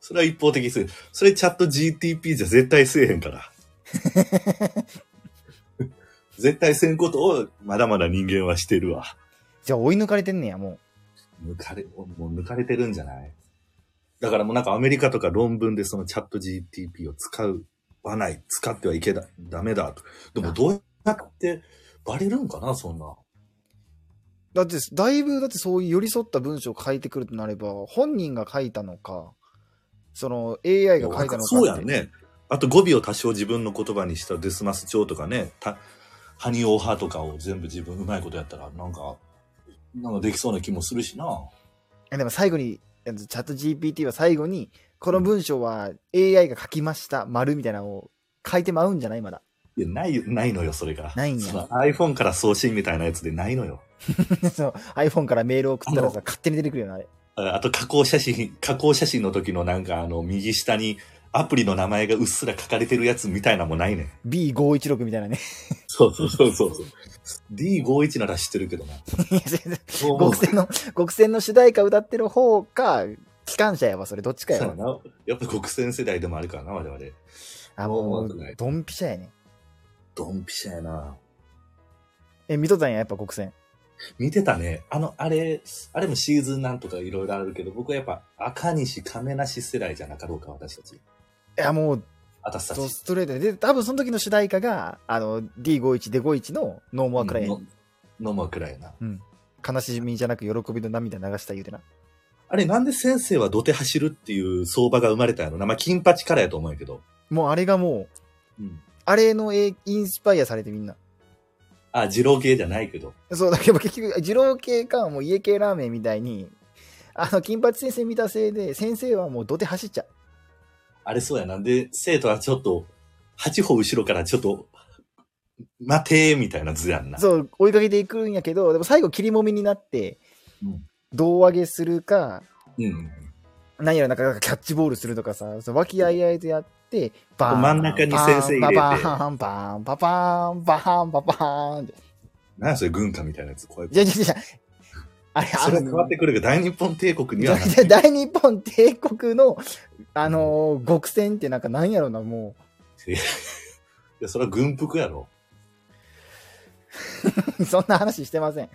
それは一方的にする。それチャット GTP じゃ絶対せえへんから。絶対せんことを、まだまだ人間はしてるわ。じゃあ追い抜かれてんねや、も抜かれ、もう抜かれてるんじゃないだからもうなんかアメリカとか論文でそのチャット GTP を使わない、使ってはいけない、ダメだと。でもどうやってバレるんかな、そんな。う。だって、だいぶ、だってそういう寄り添った文章を書いてくるとなれば、本人が書いたのか、その AI が書いたのかって。そうやん。ね。あと語尾を多少自分の言葉にしたデスマス調とかね、たハニオーハとかを全部自分うまいことやったら、なんか、なんかできそうな気もするしな。えでも最後に、チャット GPT は最後に、この文章は AI が書きました、丸みたいなのを書いてまうんじゃないまだ。 いや、ないよ、ないのよ、それが。ないんやその iPhone から送信みたいなやつでないのよ。その iPhone からメールを送ったらあさ、勝手に出てくるよな、あれ。ああと加工写真、加工写真の時のなんかあの、右下にアプリの名前がうっすら書かれてるやつみたいなのもないねん。 B516 みたいなね。そうそうそうそう。D51 なら知ってるけどな。いや全然 そう思う極戦の、極戦の主題歌歌ってる方か、機関車やわ、それ。どっちかやそうやわ。なやっぱ国選世代でもあるからな、我々。あ、もそうなんだねう、ドンピシャやね。ドンピシャやな。え、見とったんや、やっぱ国戦。見てたね。あの、あれ、あれもシーズンなんとかいろいろあるけど、僕はやっぱ赤西、亀梨世代じゃなかろうか、私たち。いや、もう、私たドち。ストレートで。で、多分その時の主題歌が、あの、D51、で51のノーモアクライののもくらいやな。悲しみじゃなく喜びの涙流した言うてな。あれ、なんで先生は土手走るっていう相場が生まれたんやろな。まあ、金八からやと思うんやけど。もうあれがもう、うん。あれのえインスパイアされてみんな。あ、二郎系じゃないけど。そう、だけど結局、二郎系か、もう家系ラーメンみたいに、あの、金八先生見たせいで、先生はもう土手走っちゃう。あれそうやな。で、生徒はちょっと、八歩後ろからちょっと、待てーみたいな図やんな。そう、追いかけていくんやけど、でも最後切りもみになって、うん胴上げするか、うん。何やらなんかなんかキャッチボールするとかさ、その和気あいあいとやって、バーン。真ん中に先生入れてバーン、バーン、バーン、バーン、バーン、バーンって。なんやそれ、軍歌みたいなやつ。こうやってじゃじゃじゃあれ、それは変わってくるけど、大日本帝国にはなじゃ大日本帝国の、あのー極戦ってなんかなんやろな、もいや、それは軍服やろ。う。そんな話してません。